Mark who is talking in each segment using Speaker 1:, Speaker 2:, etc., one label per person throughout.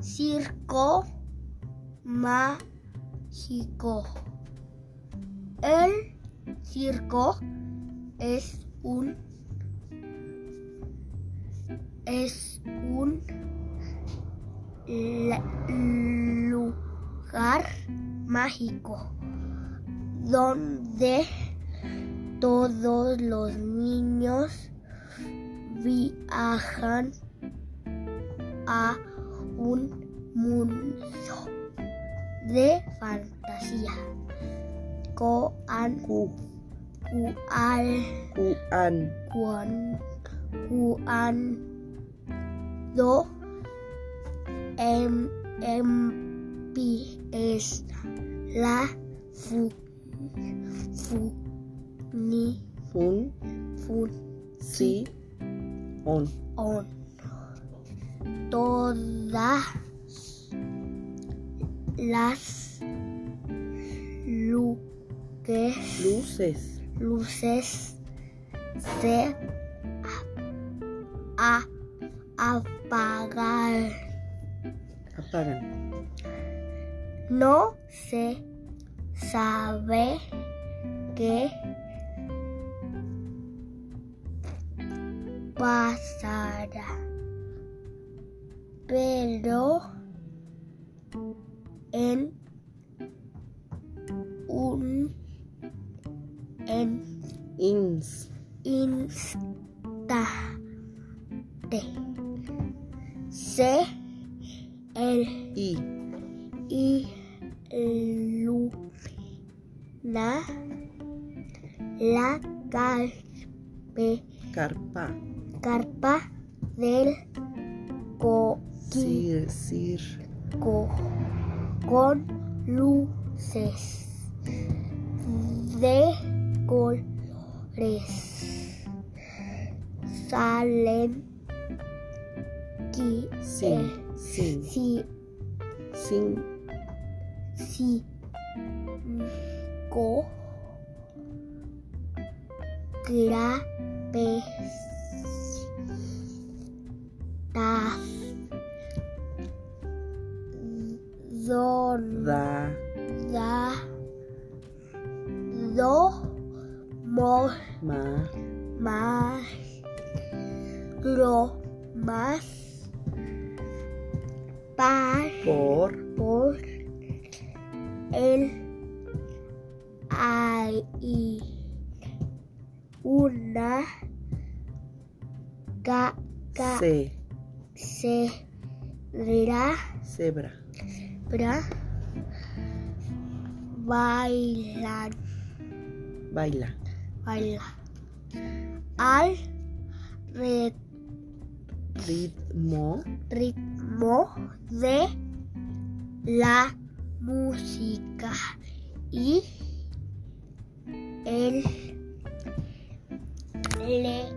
Speaker 1: circo mágico. El circo es un es un la- lugar mágico donde todos los niños viajan a un mundo de fantasía con
Speaker 2: Cu,
Speaker 1: cual cuan-
Speaker 2: cuan,
Speaker 1: cuando em- empieza la fu- fu- ni-
Speaker 2: fun, si, on.
Speaker 1: on. Todas las luces,
Speaker 2: Luces
Speaker 1: luces se a- a- apagan.
Speaker 2: apagan.
Speaker 1: No se sabe qué pasará, pero en un en
Speaker 2: Ins,
Speaker 1: instante se el
Speaker 2: i,
Speaker 1: ilumina la carpe-
Speaker 2: carpa.
Speaker 1: carpa del coquí
Speaker 2: Sir, sir,
Speaker 1: co- con luces de colores. Salen qui-
Speaker 2: sin,
Speaker 1: eh,
Speaker 2: sin,
Speaker 1: si-
Speaker 2: sin,
Speaker 1: si go grapes tas zorda
Speaker 2: da,
Speaker 1: do mor
Speaker 2: ma,
Speaker 1: más lo más par
Speaker 2: por,
Speaker 1: por el hay una ca, ca-
Speaker 2: se,
Speaker 1: celebra
Speaker 2: cebra.
Speaker 1: bailar
Speaker 2: Baila.
Speaker 1: baila al re-
Speaker 2: Ritmo
Speaker 1: ritmo de la música y el le-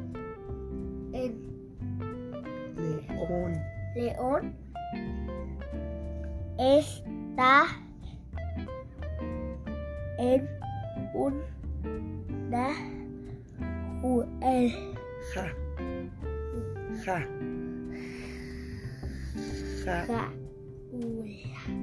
Speaker 1: el
Speaker 2: león.
Speaker 1: león está en una juel
Speaker 2: Ja. Ja. Ja.
Speaker 1: jaula